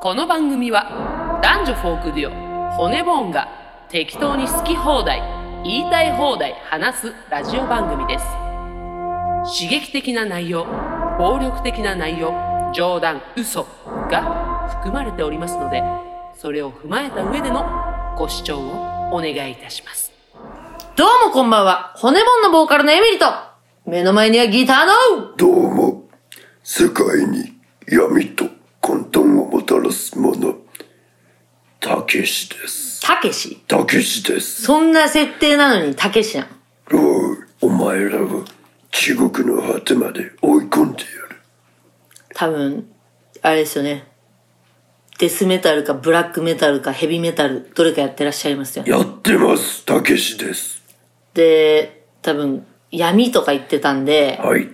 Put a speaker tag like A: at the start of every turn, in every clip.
A: この番組は男女フォークデュオ骨ボーンが適当に好き放題言いたい放題話すラジオ番組です刺激的な内容暴力的な内容冗談嘘が含まれておりますのでそれを踏まえた上でのご視聴をお願いいたします
B: どうもこんばんは、骨盆のボーカルのエミリと、目の前にはギターの、
C: どうも、世界に闇と混沌をもたらす者、たけしです。
B: たけし。
C: たけしです。
B: そんな設定なのにたけしやん。
C: おい、お前らを地獄の果てまで追い込んでやる。
B: 多分、あれですよね。デスメタルかブラックメタルかヘビメタル、どれかやってらっしゃいますよね。
C: やってます、たけしです。
B: で、多分、闇とか言ってたんで、
C: はい、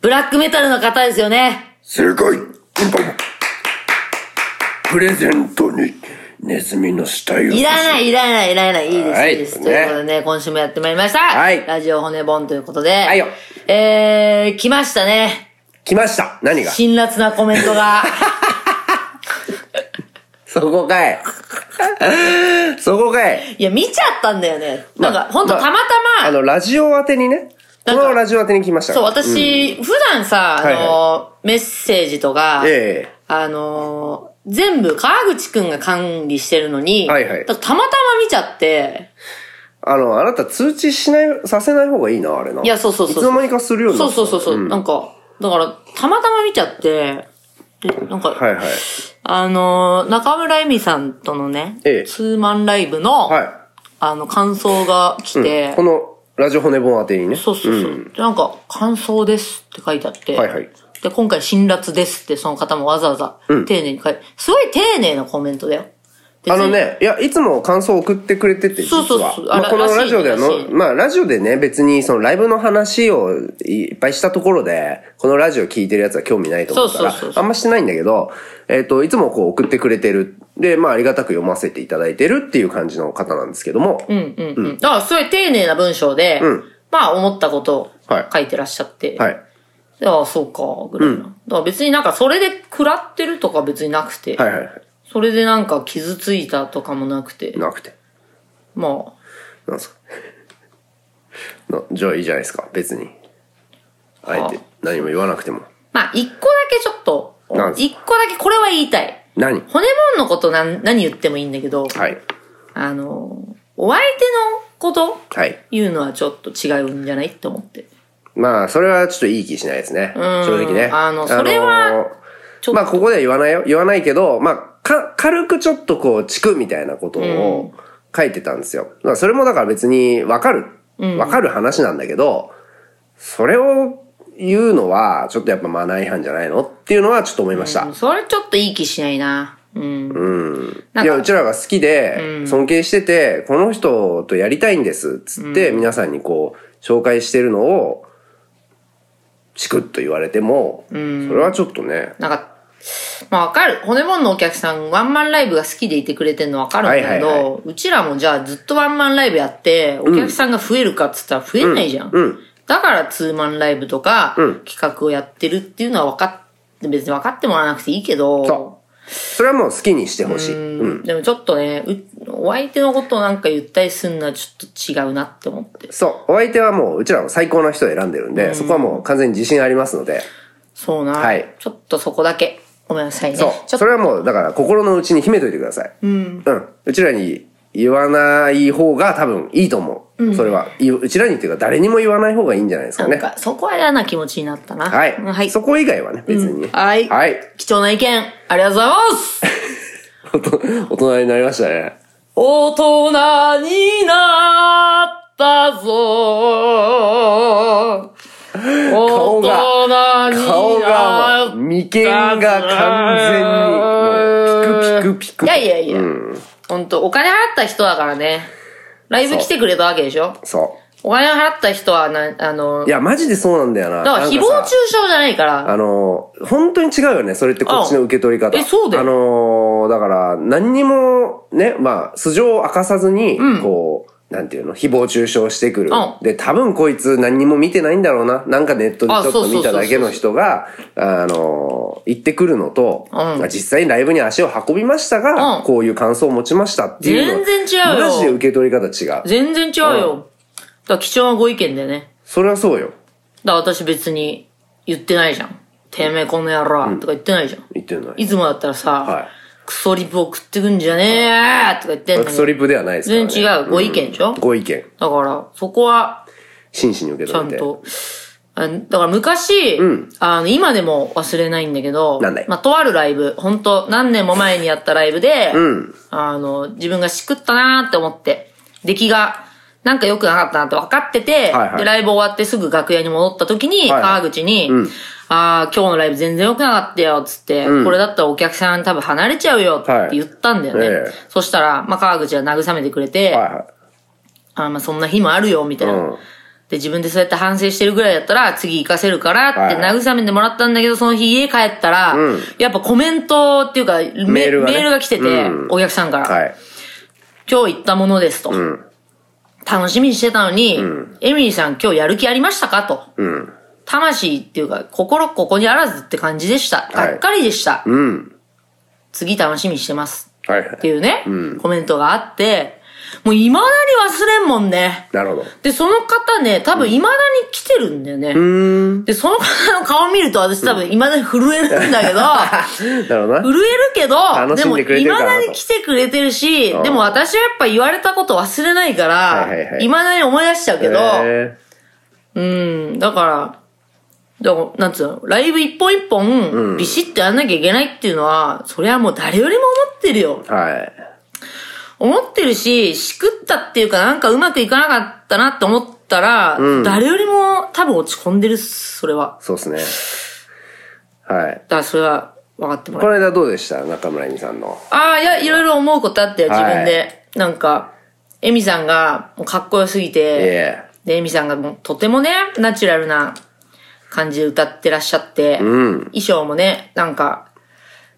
B: ブラックメタルの方ですよね。
C: 正解ピンポンプレゼントにネズミの死体を。
B: いらない、いらない、いらない、いいです、、
D: はいい
B: いです。ということでね、今週もやってまいりました。
D: はい
B: ラジオ骨盆ということで、
D: はいよ
B: えー、来ましたね。
D: 来ました何が
B: 辛辣なコメントが。
D: そこ かい。そこかい。
B: いや、見ちゃったんだよね。なんか、
D: まあ
B: ほんとたまたま、
D: あの、ラジオ宛てにね。
B: な
D: こ
B: んか
D: のラジオ宛てに来ましたか
B: そう、
D: ら。
B: 私、普段さ、あの、
D: はい
B: メッセージとか、
D: え
B: あの、全部川口くんが管理してるのに、
D: はいはい
B: だからたまたま見ちゃって、
D: あの、あなた通知しない、させない方がいいな、あれな。
B: いや、そうそうそう。
D: いつの間にかするようにな
B: そう
D: った
B: そうそうそう、なんか、だから、たまたま見ちゃって、で、なんか、
D: はいはい。
B: あの、中村恵美さんとのね、
D: ええ
B: ツーマンライブの、
D: は
B: あの、感想が来
D: い。
B: て、
D: この、ラジオ骨本宛てにね。
B: そうそうそう。でなんか、感想ですって書いてあって。
D: はいはい
B: で、今回辛辣ですって、その方もわざわざ、丁寧に書いて、すごい丁寧なコメントだよ。別
D: あ
B: に
D: の。ね、いや、いつも感想送ってくれてて、実
B: そう
D: は。
B: そうそうあ
D: まあ、
B: ら
D: この
B: ら
D: ラ
B: しい
D: ジオでは
B: らし
D: の、
B: い
D: まあ、ラジオでね、別に、その、ライブの話をいっぱいしたところで、このラジオ聞いてるやつは興味ないと思うから、
B: そうそうそうそう
D: あんましてないんだけど、えっ、と、いつもこう送ってくれてる。で、まあ、ありがたく読ませていただいてるっていう感じの方なんですけども、
B: うんうんうん。だから、すごい丁寧な文章で、
D: うん
B: まあ、思ったことを
D: はい
B: 書いてらっしゃって。
D: はい。
B: でああ、そうか、ぐらいな。だから別になんか、それで食らってるとか別になくて、
D: はいはいは
B: それでなんか傷ついたとかもなくて
D: い。、なくて。
B: まあ、
D: なんですか。なじゃあいいじゃないですか、別に。あえて、何も言わなくても。
B: まあ、一個だけちょっと
D: なん、です
B: 一個だけこれは言いたい。
D: 何
B: 骨もんのことなん何言ってもいいんだけど、
D: はい。
B: あの、お相手のこと
D: はい。
B: 言うのはちょっと違うんじゃないって思って。
D: まあ、それはちょっといい気しないですね。正直ね。
B: あのそれは
D: のー
B: ちょっと
D: まあ、ここでは言わないよ。言わないけど、まあ、か、軽くちょっとこう、チクみたいなことを書いてたんですよ。まあ、それもだから別にわかる。わかる話なんだけど、それを言うのは、ちょっとやっぱマナー違反じゃないのっていうのはちょっと思いました。
B: それちょっといい気しないな。うん。なんか
D: いや、うちらが好きで、尊敬してて、この人とやりたいんです、つって、皆さんにこう、紹介してるのを、チクッと言われても、それはちょっとね、
B: なんか、まあわかる。骨もんのお客さん、ワンマンライブが好きでいてくれてるのわかるんだけど、
D: はいは
B: うちらもじゃあずっとワンマンライブやって、お客さんが増えるかっつったら増えないじゃん。だからツーマンライブとか、企画をやってるっていうのは分かって、別に分かってもらわなくていいけど、
D: そそれはもう好きにしてほしい。うん。
B: でもちょっとね、うお相手のことをなんか言ったりすんのはちょっと違うなって思って。
D: そう。お相手はもう、うちらも最高の人を選んでるんで、そこはもう完全に自信ありますので、
B: そうな。
D: はい
B: ちょっとそこだけ。ごめんなさいね。ちょっ
D: そう。
B: と
D: それはもう、だから心の内に秘めといてください。うん。うん。うちらに言わない方が多分いいと思う。それは。いうちらにっていうか、誰にも言わない方がいいんじゃないですか
B: なん
D: ね。
B: か、そこは嫌な気持ちになったな。
D: はい。
B: うんはい。
D: そこ以外はね、別にね。
B: はい
D: はい。
B: 貴重な意見、ありがとうございます
D: おと大人になりましたね。
B: 大人になったぞ大人
D: 顔が
B: になった
D: 顔がもう、眉間が完全に、もう、ピクピクピク。
B: いやいやいや。ほんと、お金払った人だからね。ライブ来てくれたわけでしょ
D: そ
B: お金払った人はな、あの、
D: う。いや、マジでそうなんだよな。
B: だから、誹謗
D: な
B: 中
D: んか
B: 傷
D: さ
B: じゃないから。
D: あの、本当に違うよね。それってこっちの受け取り方。
B: うんえそうだよ
D: あの、だから、何にも、ね、まあ、素性を明かさずに、こう、なんていうの誹謗中傷してくる
B: うん。
D: で、多分こいつ何にも見てないんだろうな。なんかネットでちょっ
B: あそう
D: と
B: そうそう
D: 見ただけの人が、あの、行ってくるのと、
B: うん
D: 実際にライブに足を運びましたが、
B: うん
D: こういう感想を持ちましたっていうのは。
B: 全然違うよ
D: マジで受け取り方違う。
B: 全然違うよ。だから貴重なご意見だよね。
D: それはそう
B: だ
D: よ。
B: から私別に言ってないじゃん。てめえこの野郎とか言ってないじゃん。
D: 言ってるの
B: い
D: に。
B: つもだったらさ、
D: はい
B: クソリプを食ってくんじゃねえとか言ってんの
D: ク
B: に。
D: ソリップではないですから、ね。
B: 全然違うご意見でしょ
D: ご意見。
B: だから、そこは、
D: 真摯に受け
B: ちゃ
D: 止
B: ん
D: めて。
B: と。あだから昔、あの、今でも忘れないんだけど、
D: なんだい
B: まあ、とあるライブ、本当何年も前にやったライブで、
D: うん
B: あの、自分がしくったなーって思って、出来が、なんか良くなかったなって分かってて、
D: はいはい
B: で、ライブ終わってすぐ楽屋に戻った時に、
D: はい
B: 川口に、ああ、今日のライブ全然良くなかったよ、つって、これだったらお客さん多分離れちゃうよって言ったんだよね。
D: はいええ
B: そしたら、まあ、川口は慰めてくれて、
D: はいは
B: あーまあそんな日もあるよ、みたいな。
D: うん
B: で、自分でそうやって反省してるぐらいだったら、次行かせるからって
D: はい
B: 慰めてもらったんだけど、その日家帰ったら、
D: うん
B: やっぱコメントっていうか、メ
D: メールがね
B: メールが来てて、
D: うん
B: お客さんから、
D: い。はい。
B: 今日行ったものですと。
D: ん
B: 楽しみにしてたのに、エミリーさん今日やる気ありましたかと。
D: うん。
B: 魂っていうか、心ここにあらずって感じでした。
D: はい
B: がっかりでした。
D: うん。
B: 次楽しみにしてます。
D: はいは
B: って
D: い。
B: いうね、コメントがあって、もう未だに忘れんもんね。
D: なるほど。
B: で、その方ね、多分未だに来てるんだよね。で、その方の顔見ると私多分未だに震えるんだけど、
D: なるほどな。
B: 震えるけど、
D: 楽
B: で
D: しん
B: も
D: でくれ
B: 未
D: てるかなと
B: だに来てくれてるし、
D: ん
B: でも私はやっぱ言われたこと忘れないから、
D: いはいはい
B: 未だに思い出しちゃうけど、
D: え
B: うん、だから、だからなんつうの、ライブ一本一本、ビシッとやんなきゃいけないっていうのは、それはもう誰よりも思ってるよ。
D: ーはい。
B: 思ってるし、しくったっていうかなんかうまくいかなかったなって思ったら、誰よりも多分落ち込んでるっす、それは。
D: そうですね。はい。
B: だからそれは分かっても
D: こ
B: らえ
D: の
B: る。
D: 間どうでした中村恵美さんの。
B: ああ、いや、いろいろ思うことあったよ、
D: はい
B: 自分で。なんか、エミさんがもうかっこよすぎて、
D: え
B: で、エミさんがもうとてもね、ナチュラルな感じで歌ってらっしゃって、
D: ん
B: 衣装もね、なんか、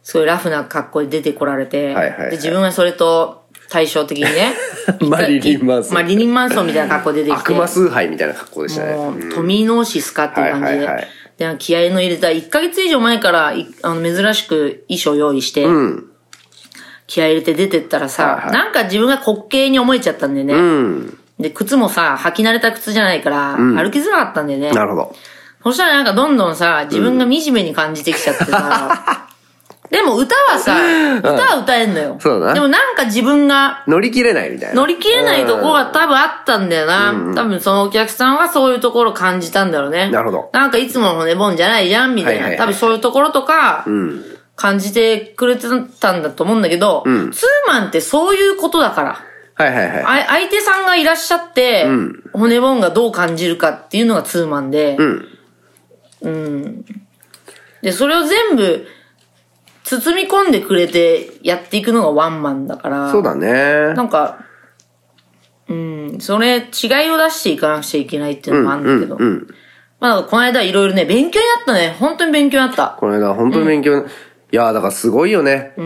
B: すごいラフな格好で出てこられて、
D: はいはいはい、
B: で自分はそれと対照的にね
D: マリリンマンソン
B: マリリンマンソンみたいな格好で出
D: え
B: てきて。
D: 悪魔崇拝みたいな格好でしたね。
B: も
D: うん
B: う、トミーノーシスかっていう感じ
D: はい
B: で。
D: はいはい
B: で、なんか気合の入れた、1ヶ月以上前から、いあの、珍しく衣装用意して、
D: うん。
B: 気合入れて出てったらさ、
D: はいはい
B: なんか自分が滑稽に思えちゃったんだよね。
D: うん。
B: で、靴もさ、履き慣れた靴じゃないから、歩きづらかったんだよね。
D: なるほど。
B: そしたらなんかどんどんさ、自分が惨めに感じてきちゃってさ、でも歌はさ、歌は歌えんのよ。
D: そうだな
B: でもなんか自分が、
D: 乗り切れないみたいな。
B: 乗り切れないところが多分あったんだよな。多分そのお客さんはそういうところを感じたんだろうね。
D: なるほど
B: なんかいつもの骨ボンじゃないじゃんみたいな。
D: はいはいはい
B: 多分そういうところとか、感じてくれてたんだと思うんだけど、ツーマンってそういうことだから。
D: はいはいはい。
B: あ相手さんがいらっしゃって、骨ボンがどう感じるかっていうのがツーマンで、うん。で、それを全部、包み込んでくれてやっていくのがワンマンだから。
D: そうだね
B: な。んか、うん、それ、違いを出していかなくちゃいけないっていうのもあるんだけど。まあ、だからこの間いろいろね、勉強になったね。本当に勉強になった。
D: この間本当に勉強、いやーだからすごいよね。え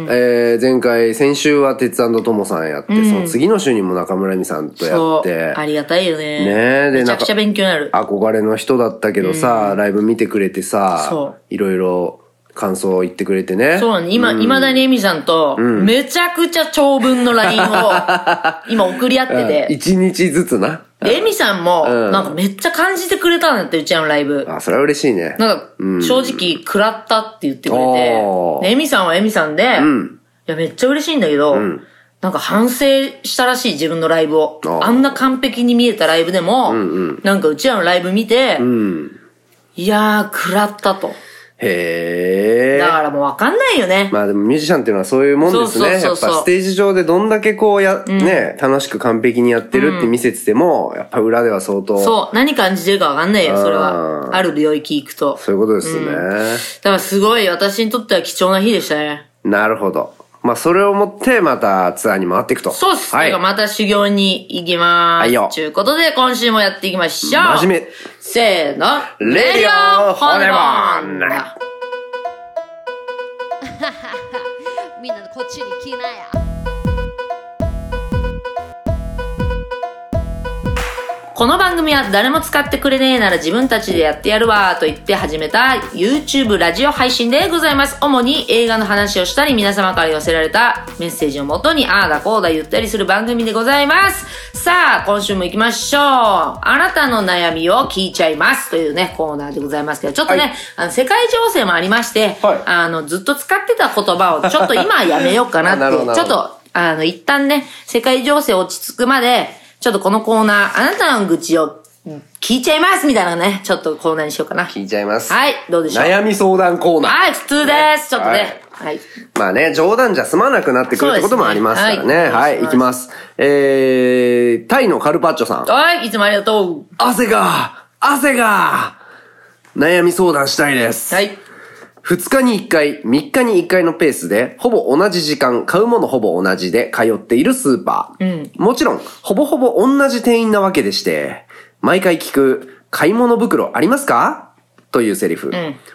D: ー前回、先週は鉄腕ともさんやって、その次の週にも中村恵美さんとやっ
B: そう。
D: て。
B: ありがたいよね。
D: ねえで
B: めちゃくちゃ
D: なんか
B: 勉強になる。
D: 憧れの人だったけどさ、ライブ見てくれてさ
B: そ、
D: いろいろ感想を言ってくれてね。
B: そうなんだ今、未だにエミさんと、めちゃくちゃ長文の LINE を、 今送り合ってて。
D: 一日ずつな。
B: でエミさんも、
D: うん
B: なんかめっちゃ感じてくれたんだって、うちらのライブ。
D: あ、それは嬉しいね。
B: なんか、正直、食らったって言ってくれ
D: おー
B: て、でエミさんはエミさんで、
D: ん
B: いや、めっちゃ嬉しいんだけど、なんか反省したらしい、自分のライブを。
D: あー
B: あんな完璧に見えたライブでも、なんかうちらのライブ見て、
D: うん。
B: いやー、食らったと。
D: へえ。
B: だからもうわかんないよね。
D: まあでもミュージシャンっていうのはそういうもんですね。
B: そうそうそうそう
D: やっぱステージ上でどんだけこうや、ね、楽しく完璧にやってるって見せてても、やっぱ裏では相当、そう
B: そう、何感じてるかわかんないよ、それ
D: あ
B: は。
D: ー
B: ある領域行くと。
D: いうことですね。
B: だからすごい、私にとっては貴重な日でしたね。
D: なるほど。まあそれをもってまたツアーに回っていくと。
B: そうっす。
D: は。
B: はいい、また修行に行きま
D: はいよ
B: ーす。ということで、今週もやっていきましょう。
D: 真面目。
B: せーの。
D: レディオ骨盤
E: みんなこっちに来なや。
B: この番組は誰も使ってくれねえなら自分たちでやってやるわと言って始めた YouTube ラジオ配信でございます。主に映画の話をしたり皆様から寄せられたメッセージをもとにああだこうだ言ったりする番組でございます。さあ、今週も行きましょう。あなたの悩みを聞いちゃいますというね、コーナーでございますけど、ちょっとね、
D: はい
B: あの世界情勢もありまして、
D: はい
B: あの、ずっと使ってた言葉をちょっと今はやめようかな
D: なる
B: っ
D: ほど
B: て、
D: な
B: ち
D: る
B: ょ
D: ほ
B: っ
D: ど
B: とあの、一旦ね、世界情勢落ち着くまで、ちょっとこのコーナー、あなたの愚痴を聞いちゃいますみたいなね、ちょっとコーナーにしようかな。
D: 聞いちゃいます。
B: はい、どうでしょう。
D: 悩み相談コーナー。
B: はい、普通です。ちょっとね。はい。
D: まあね、冗談じゃ済まなくなってくるってこともありますから
B: そうで
D: ね。
B: すねは
D: はいい、行きます。えー、タイのカルパッチョさん。
B: はい、いつもありがと
D: 汗が汗が悩み相談したいです。
B: う。はい。
D: 2日に1回、3日に1回のペースで、ほぼ同じ時間、買うものほぼ同じで通っているスーパー。もちろん、ほぼほぼ同じ店員なわけでして、毎回聞く、買い物袋ありますかというセリフ、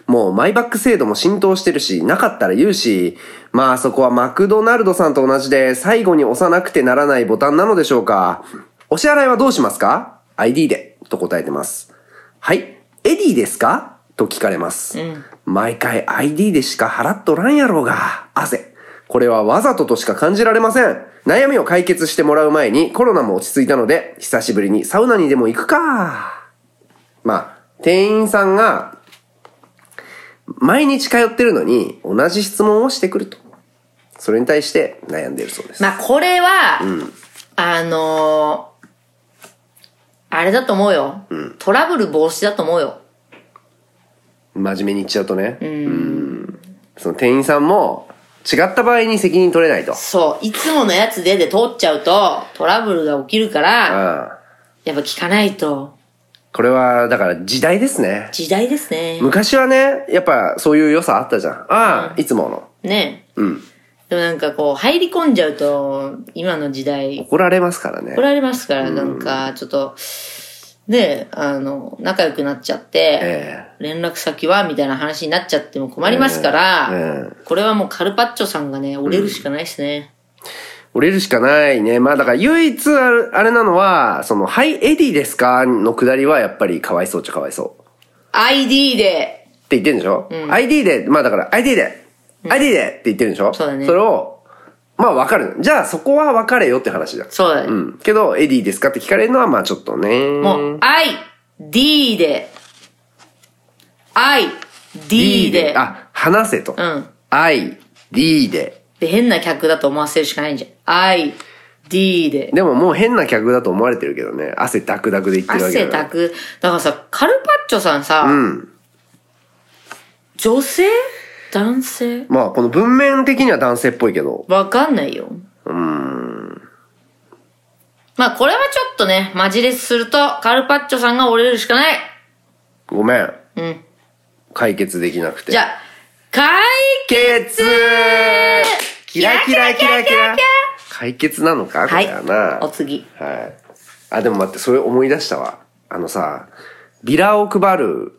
D: もうマイバッグ制度も浸透してるし、なかったら言うし、まあそこはマクドナルドさんと同じで、最後に押さなくてならないボタンなのでしょうか。お支払いはどうしますか ?ID で、と答えてます。はい。エディですかと聞かれます。毎回 ID でしか払っとらんやろうが。汗。これはわざととしか感じられません。悩みを解決してもらう前にコロナも落ち着いたので、久しぶりにサウナにでも行くか。まあ、店員さんが、毎日通ってるのに同じ質問をしてくると。それに対して悩んでいるそうです。
B: まあ、これは、あのーあれだと思うよ、トラブル防止だと思うよ。
D: 真面目に言っちゃうとね。うんその店員さんも違った場合に責任取れないと。
B: そう、いつものやつでで通っちゃうと、トラブルが起きるから、
D: う
B: や
D: ん
B: っぱ聞かないと、
D: これは、だから時代ですね。
B: 時代ですね。
D: 昔はね、やっぱそういう良さあったじゃん。ああ、いつもの。
B: ね
D: うん。
B: でもなんかこう、入り込んじゃうと、今の時代、
D: 怒られますからね
B: 怒。られますから、なんか、ちょっと、で、あの、仲良くなっちゃって、
D: え
B: 連絡先はみたいな話になっちゃっても困りますから、
D: え
B: これはもうカルパッチョさんがね、折れるしかないですね。
D: え折れるしかないね。まあだから唯一あるあれなのは、その、はい、エディですかのくだりはやっぱりかわいそうっちゃかわいそう。
B: ID で、
D: って言ってるんでしょ、?ID で、まあだから ID で、ID でって言ってるんでしょ
B: そうだね
D: それを、まあわかる。じゃあそこは別れよって話じゃん。
B: そうだね。
D: うん。けど、エディですかって聞かれるのはまあちょっとね。
B: もう、ID で、ID で、
D: あ、話せと。
B: うん。
D: ID で。
B: で、変な客だと思わせるしかないんじゃん。ID で。
D: でももう変な客だと思われてるけどね。汗ダクダクで言ってるわけ
B: 汗
D: だ
B: た
D: か
B: く。だからさ、カルパッチョさんさ、
D: ら。うん。
B: 女性男性
D: まあこの文面的には男性っぽいけど。
B: わかんないよ。まあこれはちょっとね、マジレスすると、カルパッチョさんが折れるしかない。
D: ごめん。
B: ん
D: 解決できなくて。
B: じゃあ、解
D: 解決キラキラキ
B: キラキラ
D: ラキラ
B: キラキラ
D: 解決なのかこ
B: は
D: れはな。
B: い。お次。
D: はい。あ、でも待って、それ思い出したわ。あのさ、ビラを配る、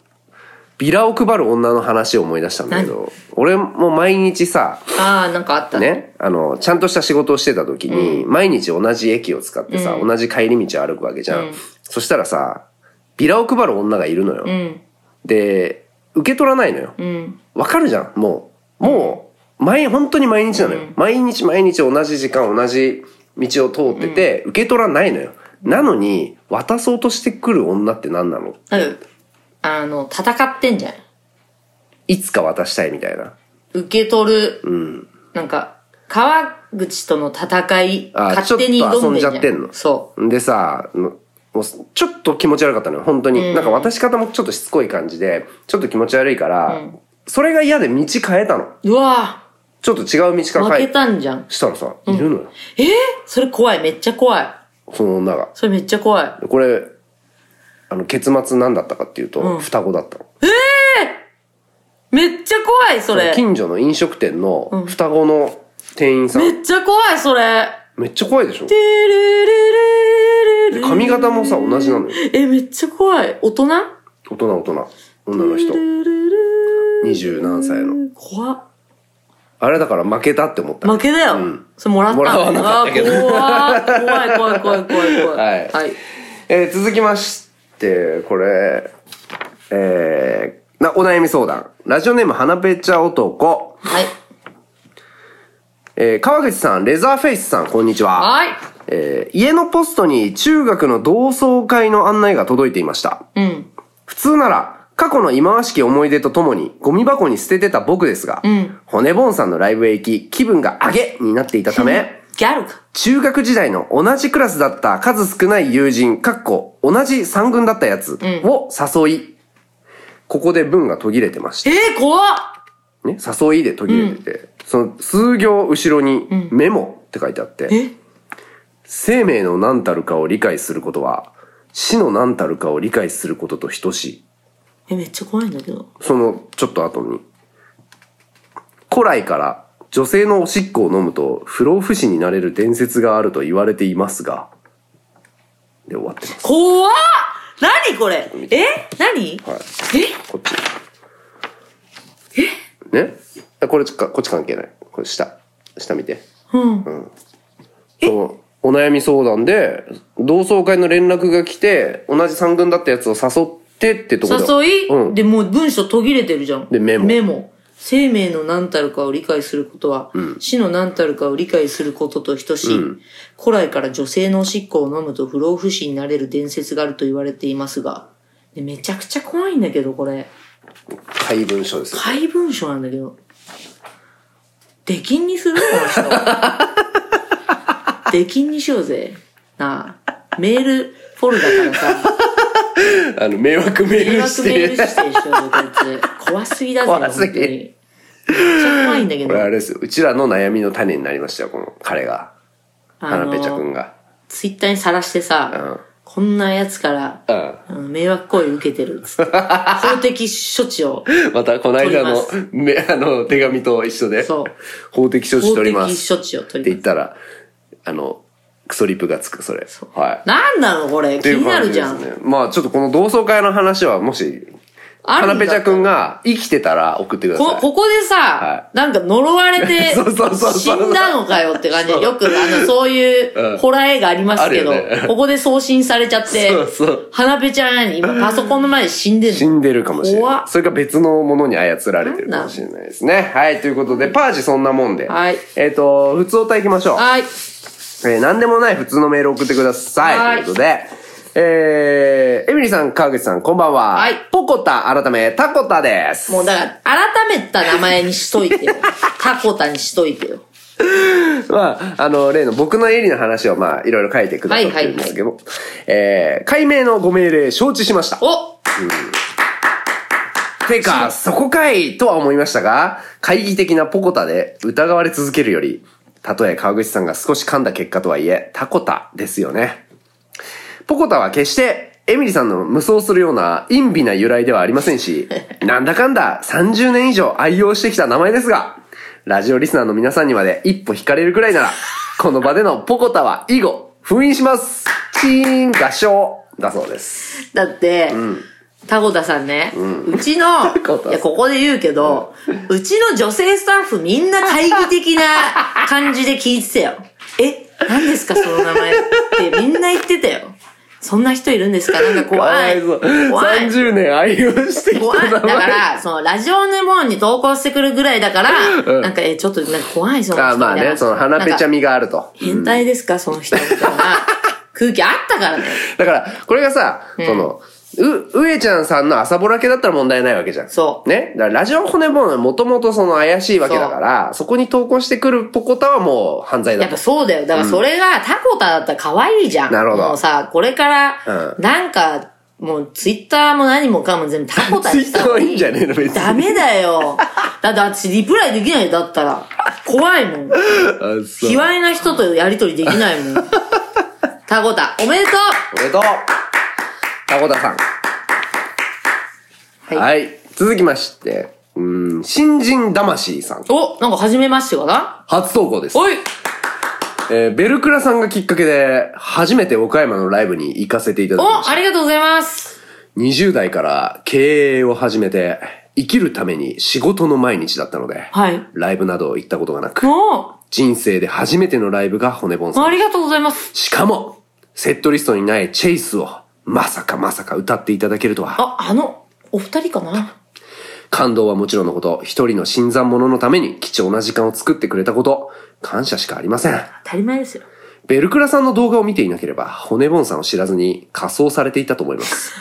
D: ビラを配る女の話を思い出したんだけど、俺も毎日さ、
B: あー、なんかあった。
D: ね、あの、ちゃんとした仕事をしてた時に、毎日同じ駅を使ってさ、同じ帰り道を歩くわけじゃん。そしたらさ、ビラを配る女がいるのよ。で、受け取らないのよ。わ、かるじゃん、もう。もう、毎、本当に毎日なのよ。毎日毎日同じ時間、同じ道を通ってて、受け取らないのよ。なのに、渡そうとしてくる女って何なの
B: うん。あの、戦ってんじゃん。
D: いつか渡したいみたいな。
B: 受け取る。なんか、川口との戦い、
D: あー
B: 勝手に挑んで
D: ちょっと遊んじゃってんの
B: そう。
D: でさ、のもうちょっと気持ち悪かったのよ、本当に。なんか渡し方もちょっとしつこい感じで、ちょっと気持ち悪いから、それが嫌で道変えたの。
B: うわ
D: ちょっと違う道
B: ー
D: から
B: 負
D: 変
B: け
D: え
B: たんじゃん。
D: したらさ、いるのよ、
B: えーそれ怖い。めっちゃ怖い。
D: その女が。
B: それめっちゃ怖い。
D: これ、あの、結末何だったかっていうと、双子だったの。
B: めっちゃ怖い、それ。
D: 近所の飲食店の双子の店員さん、
B: めっちゃ怖い、それ。
D: めっちゃ怖いでしょ
B: てれれれれれ
D: で髪型もさ、同じなのよ。
B: え、めっちゃ怖い。大人
D: 大人大人。女の人。
B: れれれ
D: 二十何歳の。
B: 怖っ
D: あれだから負けたって思った。
B: 負けだよ。それもらった。
D: もらわなかったけど
B: あー怖い怖い怖い怖い怖い怖い。
D: はい
B: はい。
D: えー続きまして、これ、えーな、お悩み相談。ラジオネーム、花ぺちゃ男。
B: はい。
D: えー川口さん、レザーフェイスさん、こんにちは。
B: はい。
D: えー家のポストに中学の同窓会の案内が届いていました。
B: うん。
D: 普通なら、過去の忌まわしき思い出とともに、ゴミ箱に捨ててた僕ですが、骨ボンさんのライブへ行き、気分が上げになっていた ため、
B: ギャルか。
D: 中学時代の同じクラスだった数少ない友人、かっこ、同じ三軍だったやつを誘い、ここで文が途切れてまし
B: え
D: て、
B: ー、怖っ
D: ね、誘いで途切れてて、その数行後ろにメモって書いてあって、
B: え
D: 生命の何たるかを理解することは、死の何たるかを理解することと等しい。
B: え、めっちゃ怖いんだけど。
D: そのちょっと後に、古来から女性のおしっこを飲むと不老不死になれる伝説があると言われていますが、で終わってます。
B: 怖っ何これえ何、
D: はい。
B: え
D: こっち。えねあこれちか、こっち関係ない。これ下。下見て。
B: うん。
D: そうお悩み相談で、同窓会の連絡が来て、同じ三軍だったやつを誘ってってところ
B: 誘い、
D: うん
B: で、もう文章途切れてるじゃん。
D: でメモ
B: メモ。生命の何たるかを理解することは、死の何たるかを理解することと等しい、古来から女性のおしっこを飲むと不老不死になれる伝説があると言われていますが、でめちゃくちゃ怖いんだけど、これ。
D: 怪文書ですよ。
B: 怪文書なんだけど。出禁にするこの人。 出禁にしようぜ。なあ。メールフォルダからさ、
D: あの、迷惑メ
B: 迷
D: ール
B: 惑
D: し
B: メール
D: て。
B: してる人だぞこいつ。怖すぎだぜ、
D: 怖すぎ
B: 本当に。めっちゃ怖いんだけ
D: こ
B: ど
D: れあ。れですよ。うちらの悩みの種になりましたよ、この彼が。
B: あ
D: 花
B: の
D: ぺちゃくんが。
B: ツイッターにさらしてさ、
D: う
B: こんなやつから、
D: うん。
B: うん迷惑行為受けてるっつ って。法的処置を。
D: また、この間の
B: 取、
D: め、あの、手紙と一緒で。
B: そう
D: 法的処置
B: 法
D: 取り
B: 的
D: ます。
B: 処置を
D: っ
B: 取
D: て
B: り
D: 言
B: ま
D: っ
B: す。
D: たら、あの、クソリプがつく、それ。はい。
B: なんなのこれ。
D: っ
B: 気
D: ていう
B: にな
D: 感
B: る
D: じ
B: じ
D: で
B: ゃ
D: す
B: ん。
D: ね。まあちょっとこの同窓会の話は、もし、
B: あ
D: カ
B: る
D: ナ
B: んだ
D: ペ
B: った
D: チ
B: ら
D: ャくんが生きてたら送ってくだ
B: こ
D: さい。
B: ここでさ、
D: は
B: なんか呪われて
D: そうそうそうそう
B: 死んだのかよって感じで、よくあの、そういううんホラー映画ありますけど、
D: あるよね
B: ここで送信されちゃって
D: そうそう、
B: 花ペちゃん何今パソコンの前で死んでんの
D: 死んでるかもしれ
B: 怖
D: な
B: っ
D: い。それか別のものに操られてるかもしれないですね。はい、ということで、パージそんなもんで。
B: はい
D: えっ、と、普通お歌いきましょう。
B: はい。
D: えー、何でもない普通のメール送ってください。
B: はい
D: ということで、えー、エミリーさん、川口さん、こんばんは。
B: はい
D: ポコタ、改め、タコタです。
B: もうだから、改めた名前にしといて よ。タコタにしといてよ。
D: まあ、あの、例の僕のエリの話を、まあ、いろいろ書いてくださってるんですけど、えー、解明のご命令承知しました。
B: お
D: てか、そこかいとは思いましたが、懐疑的なポコタで疑われ続けるより、たとえ川口さんが少し噛んだ結果とはいえ、タコタですよね。ポコタは決して、エミリさんの無双するような陰微な由来ではありませ んし、なんだかんだ30年以上愛用してきた名前ですが、ラジオリスナーの皆さんにまで一歩惹かれるくらいなら、この場でのポコタは以後、封印しますチーン合唱だそうです。
B: だって、タコタさんね、うちの、
D: コタさん
B: いや、ここで言うけど、うちの女性スタッフみんな懐疑的 な感じで聞いてたよ。え、何ですかその名前ってみんな言ってたよ。そんな人いるんですかなんか
D: か
B: 怖い。
D: そう。
B: 怖い。
D: 30年愛用してき
B: 怖い。だ
D: た名前。
B: から、その、ラジオネモンに投稿してくるぐらいだから、なんか、え、ちょっと、なんか怖い、その人
D: あまあ
B: みたい
D: ね、
B: な
D: その鼻ぺちゃみがあると。
B: 変態ですか、その人みたいな空気あったからね。
D: だから、これがさ、その、う、上ちゃんさんの朝ぼら系だったら問題ないわけじゃん。
B: そう
D: ね。だからラジオ骨ももともとその怪しいわけだから、そこに投稿してくるポコタはもう犯罪
B: や
D: だ
B: っ
D: と
B: ぱ。そうだよ。だからそれがタコタだったら可愛いじゃん。
D: なるほど
B: もうさ、これから、
D: う
B: なんか、もうツイッターも何もかも全部タコタ
D: ツイ
B: にし
D: ッタ
B: た
D: ー
B: 方が
D: はい
B: い
D: いんじゃねえの別に。
B: ダメだよ。だって私リプライできないよだったら。怖いもん。
D: あそう
B: 卑猥な人とやりとりできないもん。タコタ、おめでと
D: おめでとうタコタさん。はい。続きまして、うん、新人魂さん。
B: うお、なんか初めましてかな
D: 初投稿です。
B: おい
D: えーベルクラさんがきっかけで、初めて岡山のライブに行かせていただきまし
B: お
D: た
B: あ。りがとうございます
D: 20代から経営を始めて、生きるために仕事の毎日だったので、
B: はい
D: ライブなど行ったことがなく、
B: お
D: 人生で初めてのライブが骨盆さ
B: あ
D: ん。
B: りがとうございます
D: しかも、セットリストにないチェイスを、まさかまさか歌っていただけるとは、
B: あ、あの、お二人かな
D: 感動はもちろんのこと、一人の新参者のために貴重な時間を作ってくれたこと、感謝しかありません。
B: 当たり前ですよ。
D: ベルクラさんの動画を見ていなければ、骨ボンさんを知らずに仮装されていたと思 います。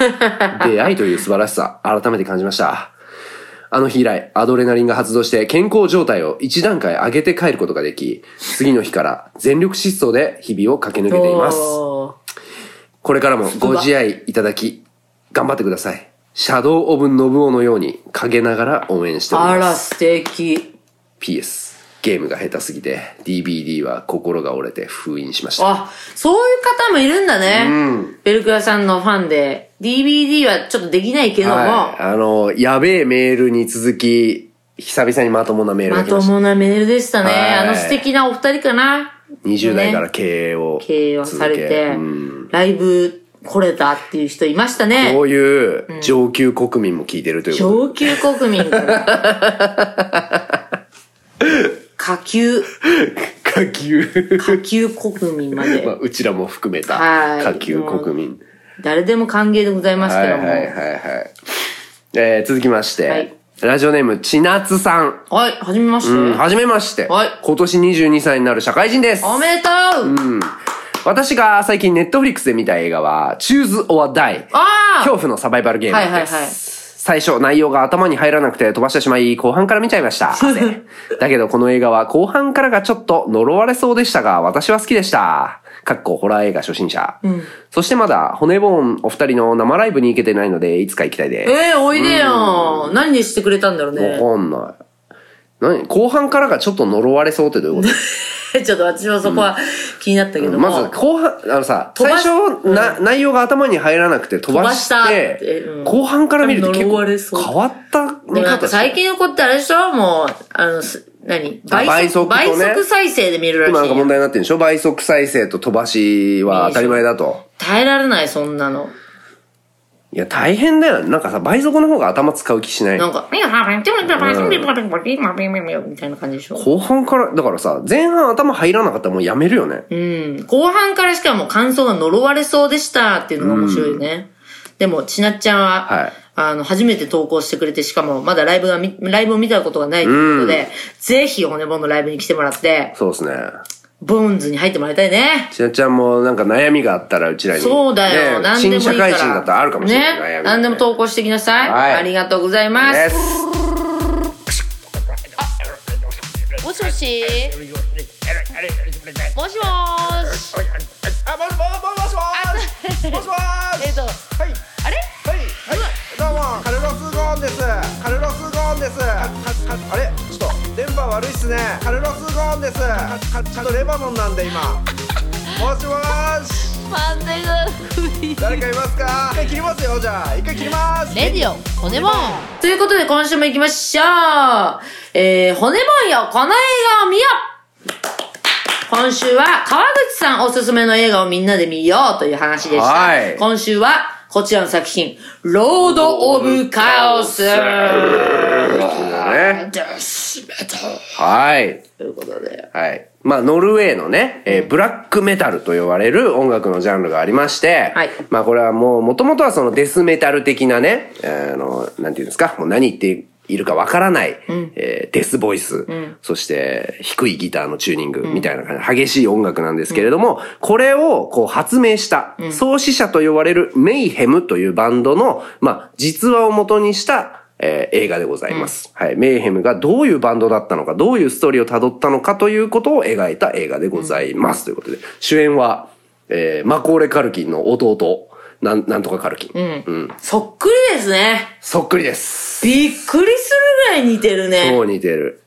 D: 出会いという素晴らしさ、改めて感じました。あの日以来、アドレナリンが発動して健康状態を一段階上げて帰ることができ、次の日から全力疾走で日々を駆け抜けています。
B: おー
D: これからもご自愛いただき、頑張ってください。シャドウオブノブオのように陰ながら応援しており
B: あ
D: ます。
B: ら、素敵。
D: PS ゲームが下手すぎて DVD は心が折れて封印しました
B: あ、そういう方もいるんだね。ベルクラさんのファンで。DVD はちょっとできないけども、
D: はい、あのやべえメールに続き久々にまともなメールが
B: ま
D: 来ま
B: と
D: した
B: もなメールでしたね。
D: はい
B: あの素敵なお二人かな。
D: 20代から
B: ね
D: 経営を続け
B: 経営はされて
D: うん、
B: ライブ来れたっていう人いました
D: こ
B: ね。
D: ういう上級国民も聞いてるということで、
B: 上級国民から下級、
D: 下級
B: 下級国民ま
D: まあ
B: で。
D: うちらも含めた
B: はい
D: 下級国民
B: 誰でも歓迎でございます
D: は
B: け
D: い
B: ど
D: はい
B: も。
D: はいはい、えー、続きまして、
B: はい
D: ラジオネームちなつさん
B: はい、はじめまして。
D: うんはじめまして、
B: はい
D: 今年22歳になる社会人です
B: おめでとう、
D: 私が最近ネットフリックスで見た映画は、Choose or Die。
B: あ
D: 恐怖のサバイバルゲームです。
B: はいはいはい
D: 最初、内容が頭に入らなくて飛ばしてしまい、後半から見ちゃいま した。汗だけどこの映画は後半からがちょっと呪われそうでしたが、私は好きでした。かっこホラー映画初心者。そしてまだ、骨ボーンお二人の生ライブに行けてないので、いつか行きたいです。
B: えー、おいでよ何でしてくれたんだろうね。
D: わかんない。何後半からがちょっと呪われそうってどういうこと
B: ちょっと私もそこは気になったけども。
D: まず後半あのさ
B: 飛
D: 最
B: ばし
D: 初な、内容が頭に入らなくて飛ばして
B: 飛ばしたってうん
D: 後半から見ると結
B: 呪われそ
D: 構
B: う
D: 変わった
B: で
D: 見
B: もなん
D: 方
B: か
D: して
B: 最近の子ってあれでしょもう、あの、す何
D: あ
B: 倍速
D: 倍速とね
B: 倍速再生で見るらしい
D: 今
B: よ。
D: なんか問題になってるでしょ倍速再生と飛ばしは当たり前だと。
B: 耐えられない、そんなの。
D: いや、大変だよ。なんかさ、倍速の方が頭使う気しない。
B: なんか、 みたいな感じでしょ
D: 後半から、だからさ、前半頭入らなかったらもうやめるよね。
B: うん。後半からしかも感想が呪われそうでしたっていうのが面白いね。でも、ちなっちゃんは、
D: はい
B: あの、初めて投稿してくれて、しかもまだライブがみ、ライブを見たことがないということで、ぜひ骨ボンのライブに来てもらって、
D: そうですね。
B: ボーンズに入ってもらいたいね。
D: ちなちゃんもなんか悩みがあったらうちらに。
B: そうだよ。
D: ね
B: 何でもいいか
D: 新社
B: ら。
D: 会人だったらあるかもしれない。悩みが
B: ね。何でも投稿してきなさい。
D: はい
B: ありがとうございます。
D: です。
E: もしもしもしもーし
F: あ、もしももしもーしもしもーし
E: えっと
F: はい
E: あれ
F: はいはいどうもカルロス・ゴーンですカルロス・ゴーンですかかあれちょっと電波悪いっすねカルロス・ゴーンですかかちょっとレバノンなんで今もしもーし
E: 完全な首
F: 誰かいますか一回切りますよじゃあ一回切ります
E: レディオ骨もん
B: ということで今週も行きましょうえー、骨もんよこの映画を見よう今週は川口さんおすすめの映画をみんなで見ようという話でした。
D: はい
B: 今週はこちらの作品、ロード・オブ・カオス
D: ね。
B: です
D: はい。
B: ということで。
D: はい。まあ、ノルウェーのね、えーブラックメタルと呼ばれる音楽のジャンルがありまして、
B: はい
D: まあ、これはもう、もともとはそのデスメタル的なね、えーあの、なんていうんですか、もう何言っているかわからない、えーデスボイス、そして低いギターのチューニングみたいな感じで、激しい音楽なんですけれども、これをこう発明した、創始者と呼ばれるメイヘムというバンドの、まあ、実話を元にした、えー映画でございます、はい。メイヘムがどういうバンドだったのか、どういうストーリーを辿ったのかということを描いた映画でございます。ということで、主演は、えーマコーレ・カルキンの弟、なん、なんとかカルキン。
B: そっくりですね。
D: そっくりです。
B: びっくりするぐらい似てるね
D: そう。似てる。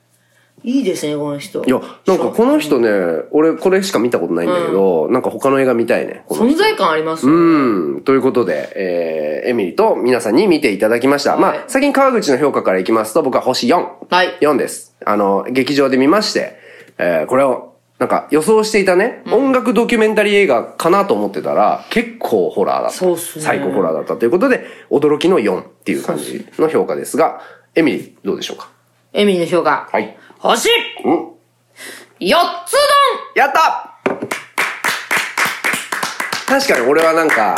B: いいですね、この人。
D: いや、なんかこの人ね、俺これしか見たことないんだけど、なんか他の映画見たいね。この人
B: 存在感ありますね
D: うん。ということで、えー、エミリーと皆さんに見ていただきました。
B: はい
D: まあ、先に川口の評価からいきますと、僕は星4。
B: はい
D: 4です。あの、劇場で見まして、えー、これを、なんか予想していたね、音楽ドキュメンタリー映画かなと思ってたら、結構ホラーだった。
B: そうっすね
D: 最高ホラーだったということで、驚きの4っていう感じの評価ですが、エミリー、どうでしょうか
B: エミリーの評価。
D: はい。
B: 星
D: うん。
B: !4 つ丼
D: やった確かに俺はなんか、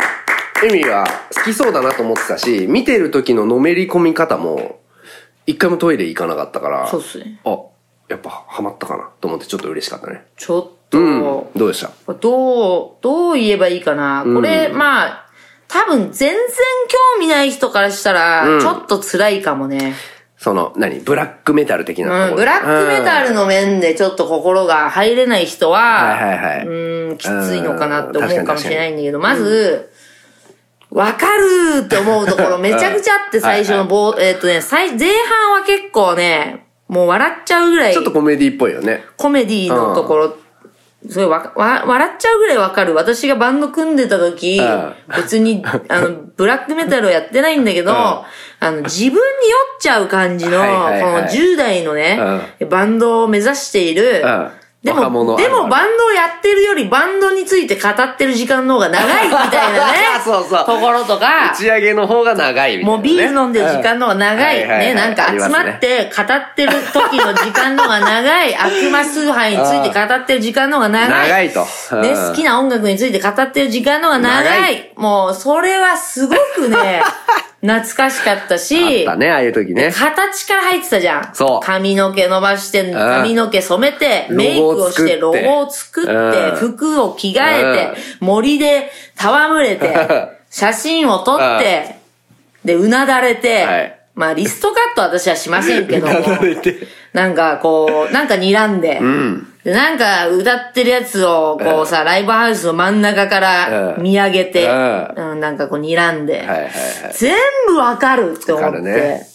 D: エミは好きそうだなと思ってたし、見てる時ののめり込み方も、一回もトイレ行かなかったから、
B: そうっすね。
D: あ、やっぱハマったかなと思ってちょっと嬉しかったね。
B: ちょっと、
D: うん。どうでした
B: どう、どう言えばいいかな。これ、まあ、多分全然興味ない人からしたら、ちょっと辛いかもね。
D: その、何ブラックメタル的なところ
B: うん、ブラックメタルの面でちょっと心が入れない人は、
D: はいはいはいう
B: ーん、きついのかなって思うかもしれないんだけど、
D: うん確か
B: ま
D: に確かに
B: ず、わかるって思うとこ ろめちゃくちゃあって最初の棒、えっとね、最、前半は結構ね、もう笑っちゃうぐらい
D: ちょっとコメディっぽいよね。
B: コメディのところ、すごいわか、わ、笑っちゃうぐらいわかる。私がバンド組んでた時
D: うん、
B: 別に、あ の、ブラックメタルをやってないんだけど、
D: うん
B: あの、自分に酔っちゃう感じの、こ
D: はいはいはい
B: の10代のね、バンドを目指している、
D: うん
B: で
D: 若
B: も、
D: 者あるあ
B: で
D: る、
B: もバンドをやってるよりバンドについて語ってる時間の方が長いみたいなね
D: そうそう
B: ところとか、
D: 打ち上げの方が長いみたいな、ね。
B: もうビール飲んでる時間の方が長い。
D: うんはいはいはい
B: ね、なんか集まって語ってる時の時間の方が長い。悪魔崇拝について語ってる時間の方が長い。
D: 長いと。うん
B: ね、好きな音楽について語ってる時間の方が長
D: 長
B: い。
D: い
B: もう、それはすごく ね、懐かしかったし、
D: だね、ああいう時ね。
B: 形から入ってたじゃん。
D: そう
B: 髪の毛伸ばして、髪の毛染めて、
D: ロゴを
B: メイクをして、ロ
D: 作って
B: ゴを作って、
D: うん
B: 服を着替えて、森で戯れて、 写真を撮って、で、うなだれて、
D: はい
B: まあ、リストカットは私はしませんけども、
D: 流れて。
B: なんかこう、なんか睨んで、でなんか歌ってるやつをこうさ、ライブハウスの真ん中から
D: うん
B: 見上げて、
D: うん
B: うんなんかこう睨んで、
D: はいはいはい。
B: 全部わかるって思っ
D: わか
B: て。
D: るね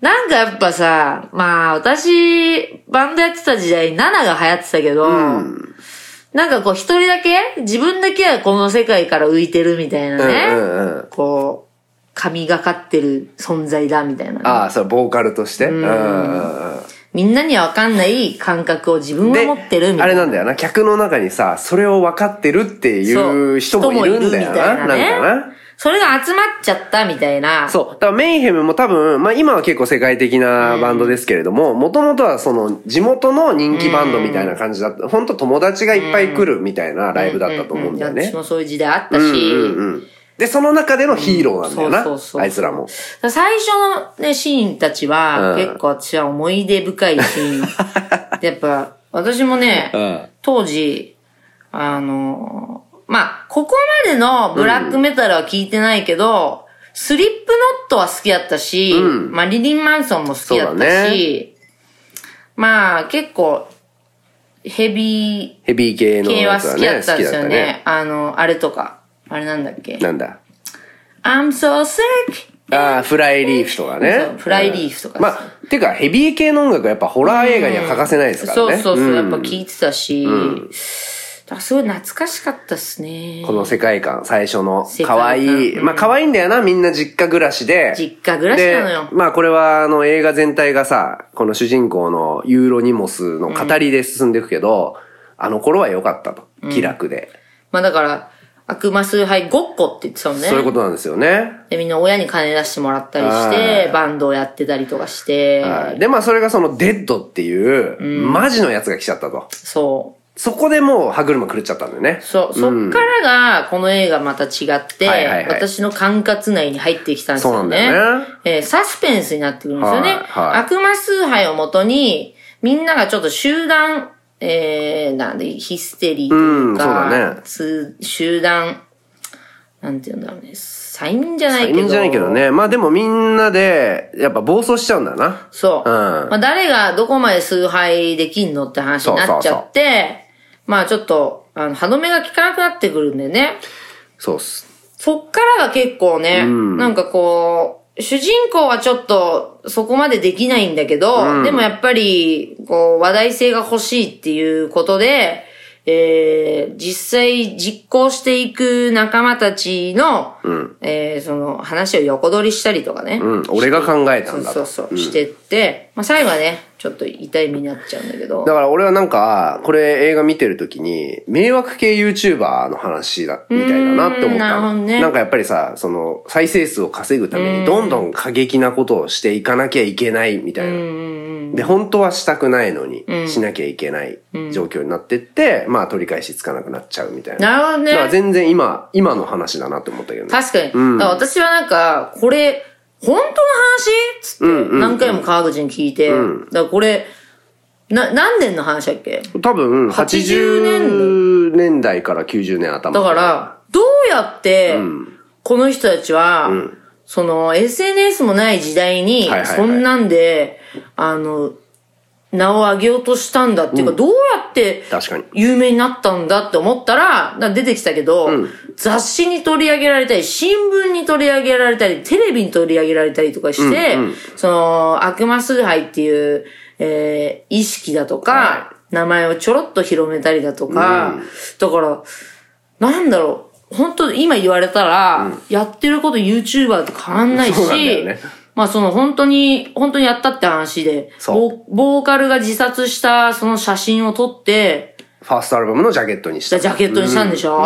B: なんかやっぱさ、まあ私、バンドやってた時代、7が流行ってたけど、なんかこう一人だけ、自分だけはこの世界から浮いてるみたいなね、
D: うんうんうん
B: こう、神がかってる存在だみたいな、
D: ああ、そう、ボーカルとして。うんうんうん。
B: みんなにはわかんない感覚を自分は
D: で
B: 持ってるみた
D: あ
B: いな。
D: れなんだよな。客の中にさ、それを分かってるっていう人もいるんだよな。なん
B: 人もいるみたいね
D: かな。
B: それが集まっちゃったみたいな。
D: そう。だからメイヘムも多分、まあ今は結構世界的なバンドですけれども、もともとはその地元の人気バンドみたいな感じだった。本当友達がいっぱい来るみたいなライブだったと思うんだよ
B: いや
D: ね
B: 私。もそういう時代あったし、
D: うんうん。で、その中でのヒーローなんだ
B: う
D: よ
B: んそうそうそう
D: な。あいつらも。
B: 最初のね、シーンたちは、
D: うん
B: 結構私は思い出深いシ ーン。でやっぱ、私もね、
D: ん
B: 当時、あのー、まあ、ここまでのブラックメタルは聞いてないけど、スリップノットは好きだったし、
D: うん
B: マリリン・マンソンも好きだっ
D: そう
B: た
D: だ
B: し、まあ、結構、ヘビ
D: ヘビー系
B: ー
D: の
B: 系は
D: やつ
B: 好
D: は
B: きだ
D: ね、
B: ったんですよね。
D: ね。
B: あの、あれとか、あれなんだっけ。
D: なんだ。
B: I'm so sick!
D: ああ、フライリーフとかね
B: そ。うフライリーフとか
D: うんまあ、てか、ヘビー系の音楽はやっぱホラー映画には欠かせないですからね。
B: そうそうそう、
D: ん
B: やっぱ聞いてたし、だからすごい懐かしかったっすね。
D: この世界観、最初の
B: 世、界観
D: 可愛い。まあ、可愛いんだよな、みんな実家暮らしで。
B: 実家暮らしなのよ
D: でまあ、これは、あの、映画全体がさ、この主人公のユーロニモスの語りで進んでいくけど、あの頃は良かったと。気楽で。
B: まあだから、悪魔崇拝ごっこって言ってたもんね。
D: そういうことなんですよね。
B: で、みんな親に金出してもらったりして、バンドをやってたりとかして、
D: はいで、まあ、それがその、デッドっていう、マジのやつが来ちゃったと。
B: そ
D: そこでもう歯車狂っちゃったんだよね
B: う。。そう、そっからが、この映画また違って、
D: はいはいはい
B: 私の管轄内に入ってきたんですよね。
D: そうなんだよね
B: えーサスペンスになってくるんですよね。
D: はいはい
B: 悪魔崇拝をもとに、みんながちょっと集団、えー、なんで、ヒステリーという
D: うんそうだね
B: か、つ集団、なんて言うんだろうね、催眠じゃないけど。
D: いいんじゃないけどね。まあでもみんなで、やっぱ暴走しちゃうんだよな。
B: そう。
D: うん
B: まあ、誰がどこまで崇拝できんのって話になっちゃって、まあちょっと、あの、歯止めが効かなくなってくるんでね。
D: そうっす。
B: そっからが結構ね、なんかこう、主人公はちょっとそこまでできないんだけど、でもやっぱり、こう、話題性が欲しいっていうことで、えー、実際実行していく仲間たちの、えー、その話を横取りしたりとかね。
D: うん。俺が考えたんだ
B: そう
D: と。
B: そうそう、してって、まあ最後はね、ちょっと痛い目になっちゃうんだけど
D: だ。から俺はなんか、これ映画見てる時に、迷惑系 YouTuber の話だ、みたいだなって思
B: うーん
D: った
B: なるほ
D: の。
B: どね
D: なんかやっぱりさ、その、再生数を稼ぐために、どんどん過激なことをしていかなきゃいけない、みたいな。で、本当はしたくないのに、しなきゃいけない状況になってって、まあ取り返しつかなくなっちゃうみたいな。
B: なるほどね
D: だから全然今、今の話だなって思ったけどね。
B: 確かに。だから私はなんか、これ、本当の話つって、何回も川口に聞いて、だからこれ、な、何年の話だっけ
D: 多分、
B: 80
D: 80年代から90年頭。
B: だか、ら、どうやって、この人たちは、その、SNS もない時代に
D: はいはいは、い
B: そんなんで、あの、名を上げようとしたんだっていうか、どうやって、
D: 確かに。
B: 有名になったんだって思ったら、な出てきたけど、雑誌に取り上げられたり、新聞に取り上げられたり、テレビに取り上げられたりとかして、その、悪魔崇拝っていう、えー意識だとか、名前をちょろっと広めたりだとか、だから、なんだろう、本当今言われたら、やってること YouTuber と変わんないし、
D: そうなんだよね
B: まあその本当に、本当にやったって話で、
D: そう
B: ボボーカルが自殺したその写真を撮って、
D: ファーストアルバムのジャケットにし
B: じゃ
D: た
B: あ。ジャケットにしたんでしょ、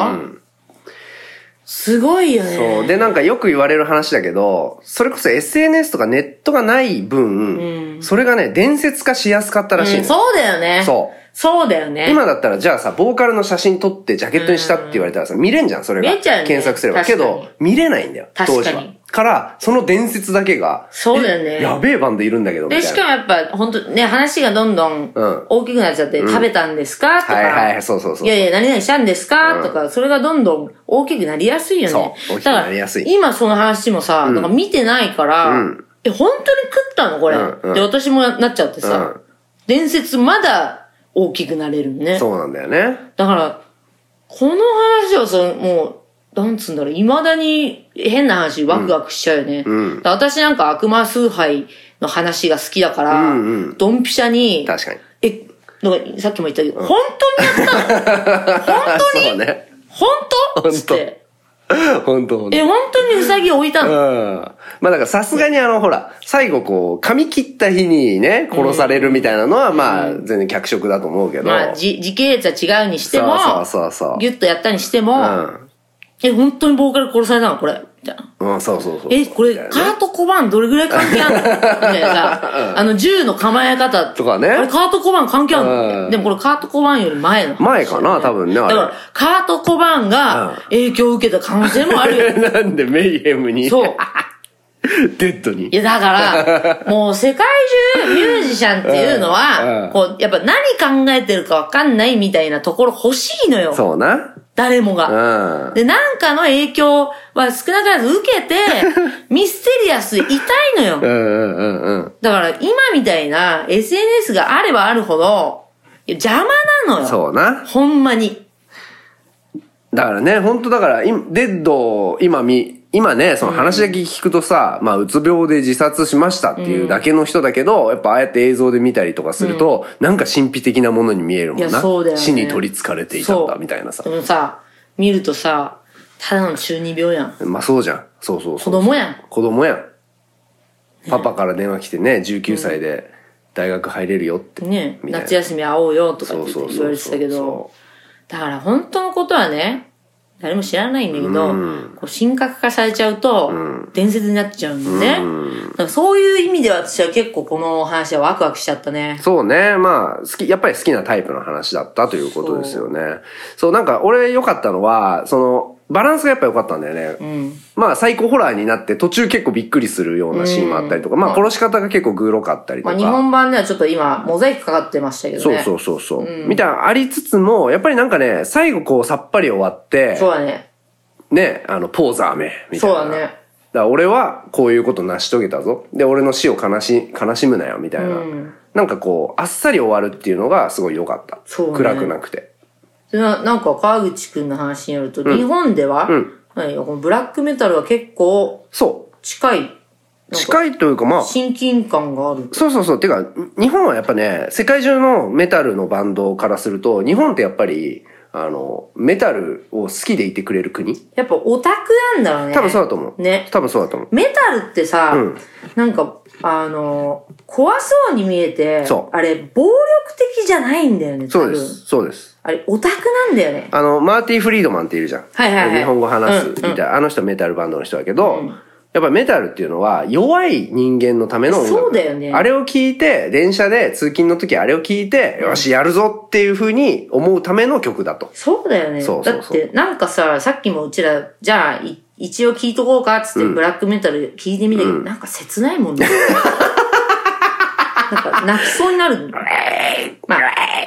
B: すごいよね。
D: そう。で、なんかよく言われる話だけど、それこそ SNS とかネットがない分、それがね、伝説化しやすかったらしいの、
B: うんそうだよね。
D: そう
B: そうだよね。
D: 今だったら、じゃあさ、ボーカルの写真撮ってジャケットにしたって言われたらさ、見れんじゃん、それが。
B: 見れちゃうよね
D: 検索すれば。け
B: 確かに
D: ど、見れないんだよ、
B: 確か
D: 当
B: に
D: 時は。から、その伝説だけが、
B: そうだよね
D: えやべえバンドいるんだけど、みたい
B: で、
D: な。
B: しかもやっぱ、本当ね、話がどんどん
D: うん
B: 大きくなっちゃって、食べたんですかとか、
D: はいはいそうそうそう
B: やいや、何々したんですか、とか、それがどんどん大きくなりやすいよね。
D: そう大きくなりやすい
B: だから今その話もさ、なんか見てないから、え、本当に食ったのこれ、
D: うんうん
B: で、私もなっちゃってさ、
D: うん
B: 伝説まだ大きくなれるね。
D: そうなんだよね。
B: だから、この話はさ、もう、なんつうんだろう、未だに変な話、ワクワクしちゃうよね。だから私なんか悪魔崇拝の話が好きだから、ドンピシャに、
D: 確かに。
B: え、なんかさっきも言ったけど、本当にやったの本当に
D: そうね。
B: 本当
D: 本当
B: つって。
D: 本当本当
B: え、本当にウサギ置いた
D: うん。
B: の、
D: まあだからさすがにあの、ほら、最後こう、髪切った日にね、殺されるみたいなのは、まあ、全然脚色だと思うけど。
B: まあ、じ時系列は違うにしても、
D: そうそうそうそう
B: ギュッとやったにしても、
D: う
B: え、本当にボーカル殺されたのこれ。みたいな。
D: ん。うん、そうそうそう。
B: え、これ、
D: みたい
B: カ
D: なね
B: ート・コバーンどれぐらい関 係あるのみたいなさ、あの、銃の構え方
D: とかね
B: あれ、カート・コバーン関係ある
D: う
B: の
D: ん
B: でもこれ、カート・コバーンより前の話。
D: 前かな、多分ね、
B: だ
D: あ
B: か
D: れ。
B: ら、カート・コバーン
D: うん
B: が影響を受けた可能性もあ るよ。
D: なんでメイヘムに。
B: そう。
D: デッドに
B: い。や、だ から、もう世界中ミュージシャンっていうの
D: うんう
B: は
D: ん、
B: こう、やっぱ何考えてるかわかんないみたいなところ欲しいのよ。
D: そうな。
B: 誰もが。
D: うん。
B: で、なんかの影響は少なからず受 けて、ミステリアスで痛いのよ。
D: うんうんうんうん。
B: だから今みたいな SNS があればあるほど、いや邪魔なのよ。
D: そうな。
B: ほんまに。
D: だからね、本当だから、今デッド、今み、今ね、その話だけ聞くとさ、まあ、うつ病で自殺しましたっていうだけの人だけど、やっぱああやって映像で見たりとかすると、なんか神秘的なものに見えるもん
B: いや
D: な。
B: そうだよね
D: 死に取り憑かれていたんだ、みたいなさ
B: で。もさ、見るとさ、ただの中二病やん。
D: まあ、そうじゃん。そうそうそう。
B: 子供やん。
D: 子供やん。パパから電話来てね、19歳で大学入れるよって。
B: ね
D: みたいな
B: 夏休み会おうよとか
D: そ
B: っ
D: う
B: て
D: そうそうそう
B: 言われてたけど、だから本当のことはね、誰も知らないんだけど、こう神格化されちゃうと、伝説になっちゃうんだよね。だからそういう意味では私は結構この話はワクワクしちゃったね。
D: そうね。まあ、好き、やっぱり好きなタイプの話だったということですよね。そう、なんか俺良かったのは、その、バランスがやっぱ良かったんだよね。まあ、サイコホラーになって途中結構びっくりするようなシーンもあったりとか、まあ、殺し方が結構グロかったりと
B: ま
D: か。
B: あ日本版ではちょっと今、モザイクかかってましたけど
D: そう
B: ね。
D: そうそうそう。みたいなのありつつも、やっぱりなんかね、最後こうさっぱり終わって、
B: そうだね。
D: ね、あの、ポーザーめ、みたいな。
B: そうだね
D: だから俺はこういうこと成し遂げたぞ。で、俺の死を悲し、悲しむなよ、みたいな。なんかこう、あっさり終わるっていうのがすごい良かった。
B: そうね
D: 暗くなくて。
B: でななんか川口くんの話によると、日本では、はいこのブラックメタルは結構
D: そう。
B: 近い、い
D: 近いというか、まあ、
B: 親近感がある。
D: そうそうそう。てか、日本はやっぱね、世界中のメタルのバンドからすると、日本ってやっぱり、あの、メタルを好きでいてくれる国
B: やっぱオタクなんだろうね。
D: 多分そうだと思う。
B: ね。
D: 多分そうだと思う。
B: メタルってさ、
D: ん
B: なんか、あの、怖そうに見えて
D: そ、う
B: あれ、暴力的じゃないんだよね、多
D: そう
B: 分
D: です。そうです。
B: あれ、オタクなんだよね。
D: あの、マーティ・フリードマンっているじゃん。
B: はいはいはい
D: 日本語話す
B: うん
D: ギ
B: うん
D: ター、あの人はメタルバンドの人だけど、やっぱメタルっていうのは弱い人間のための音楽
B: そうだよね
D: あれを聞いて、電車で通勤の時あれを聞いて、よし、やるぞっていうふうに思うための曲だと。
B: そうだよね。
D: そうそうそう
B: だって、なんかさ、さっきもうちら、じゃあ、い一応聞いとこうかっつって、ブラックメタル聞いてみたけど、なんか切ないもんね。 なんか泣きそうになる。まあ、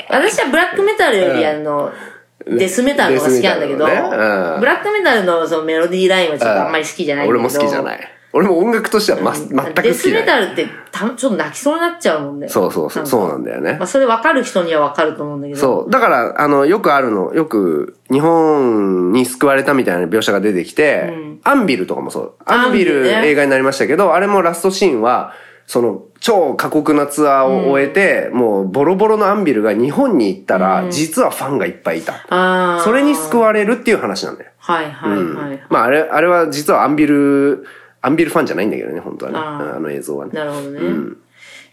B: 私はブラックメタルよりあの、デスメタルの方が好きなんだけど、
D: デスメタルのねうん
B: ブラックメタルのそのメロディーラインはちょっとあんまり好きじゃないんだけ
D: 俺
B: ど。
D: も好きじゃない。俺も音楽としては、ま、全く好きじゃない。
B: デスメタルってたちょっと泣きそうになっちゃうもんね。
D: そうそうそう。そうなんだよね
B: まあ、。それ分かる人には分かると思うんだけど。
D: そう。だから、あの、よくあるの、よく、日本に救われたみたいな描写が出てきて、アンビルとかもそう。ア
B: アン
D: ンビル
B: ビルね
D: 映画になりましたけど、あれもラストシーンは、その、超過酷なツアーを終えて、もう、ボロボロのアンビルが日本に行ったら、実はファンがいっぱいいた。
B: ああ。
D: それに救われるっていう話なんだよ。
B: はいはいはい、はい
D: まあ、あれ、あれは実はアンビル、アンビルファンじゃないんだけどね、本当はね。
B: あー
D: あの映像はね。
B: なるほどね。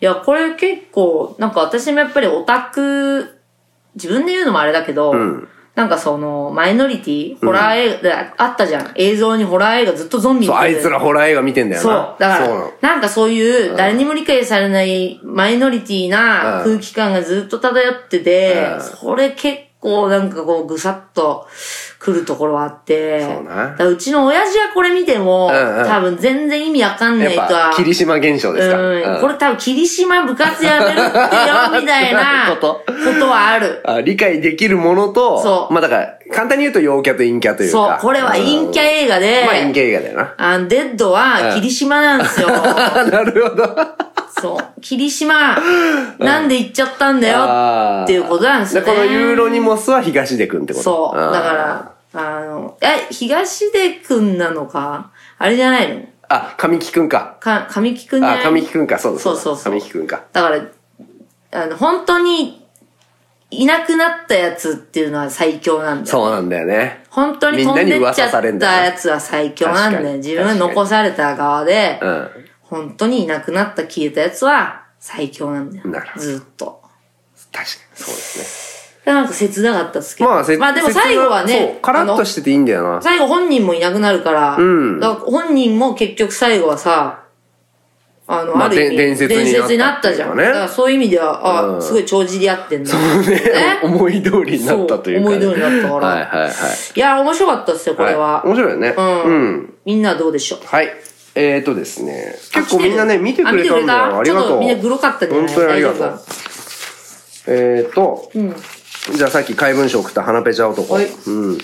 B: いや、これ結構、なんか私もやっぱりオタク、自分で言うのもあれだけど、なんかその、マイノリティ、ホラー映画、あったじゃん。映像にホラー映画ずっとゾンビ
D: そう、あいつら
B: ら
D: ホラー映画見てんだよな。
B: そう。だか
D: そうなの
B: ら、なんかそういう、誰にも理解されないマイノリティな
D: うん
B: 空気感がずっと漂ってて、
D: うん
B: それ結構なんかこう、ぐさっと来るところはあって、
D: そうな
B: だからうちの親父はこれ見ても、
D: うんうん
B: 多分全然意味わかんないと
D: やっ
B: は
D: ぱ、。霧島現象ですか。
B: う、
D: うんん
B: これ多分、霧島部活やめるってよ、みたい な
D: こと
B: ことはある。
D: あ理解できるものと、
B: そう
D: まあだから、簡単に言うと陽キャと陰キャという
B: そう
D: か。、
B: これは陰キャ映画
D: うんまあ陰キャ
B: で、
D: 映画だよな。
B: あのデッドは霧島なんですよ。
D: あなるほど。
B: そう、霧島、なんで行っちゃったんだ
D: あー
B: よ、っていうことなんです
D: で、
B: よ、ね。
D: このユーロニモスは東出くんってこと
B: そう、
D: ん
B: だから、あの、え、東出くんなのか、あれじゃないの
D: あ、神木くんか。
B: か、神木くんじゃ
D: あ
B: な、い
D: 神木くんか。そうだだ
B: そうそうそう
D: 神木くんか。
B: だから、あの、本当に、いなくなったやつっていうのは最強なんだよ。
D: そうなんだよね。
B: 本当に飛んでっちゃっ
D: みんなに噂されんだ
B: た
D: よね
B: やつは最強なんだ
D: 確
B: よ。
D: かに
B: 自分が残された側で、
D: うん。
B: 本当にいなくなった消えたやつは最強なんだよ。
D: なるほど
B: ずっと。
D: 確かに、そうです
B: なんか切なかったですけ
D: ね。
B: ど。
D: まあ、せ
B: でも最後は
D: 切な
B: ね
D: そ、う、カラッと
B: あの
D: してていいんだよな。
B: 最後本人もいなくなるから、
D: うん
B: だから本人も結局最後はさ、あの、
D: まあ
B: ある意味
D: で伝説になった
B: 伝説になったじゃん。
D: ね
B: だからそういう意味では、あ、
D: うん
B: すごい帳尻合ってんだ。
D: ね
B: ね
D: 思い通りになったというかね、
B: そう思い通りになったから
D: はいはいはい。
B: いや、面白かったですよ、これは。
D: い面白いよね。
B: うん
D: うん
B: みんなどうでしょう
D: はい。えーとですね。
B: あ
D: 結構みんなね、見てくれたんだよ。あ
B: あ見
D: り
B: てくれた
D: が
B: ちょっ
D: とう。
B: みんなグロかったんじゃない
D: 本当にありがと
B: 大丈
D: う。えーと、じゃあさっき怪文書送った花ペチャ男。
B: はい
D: うん。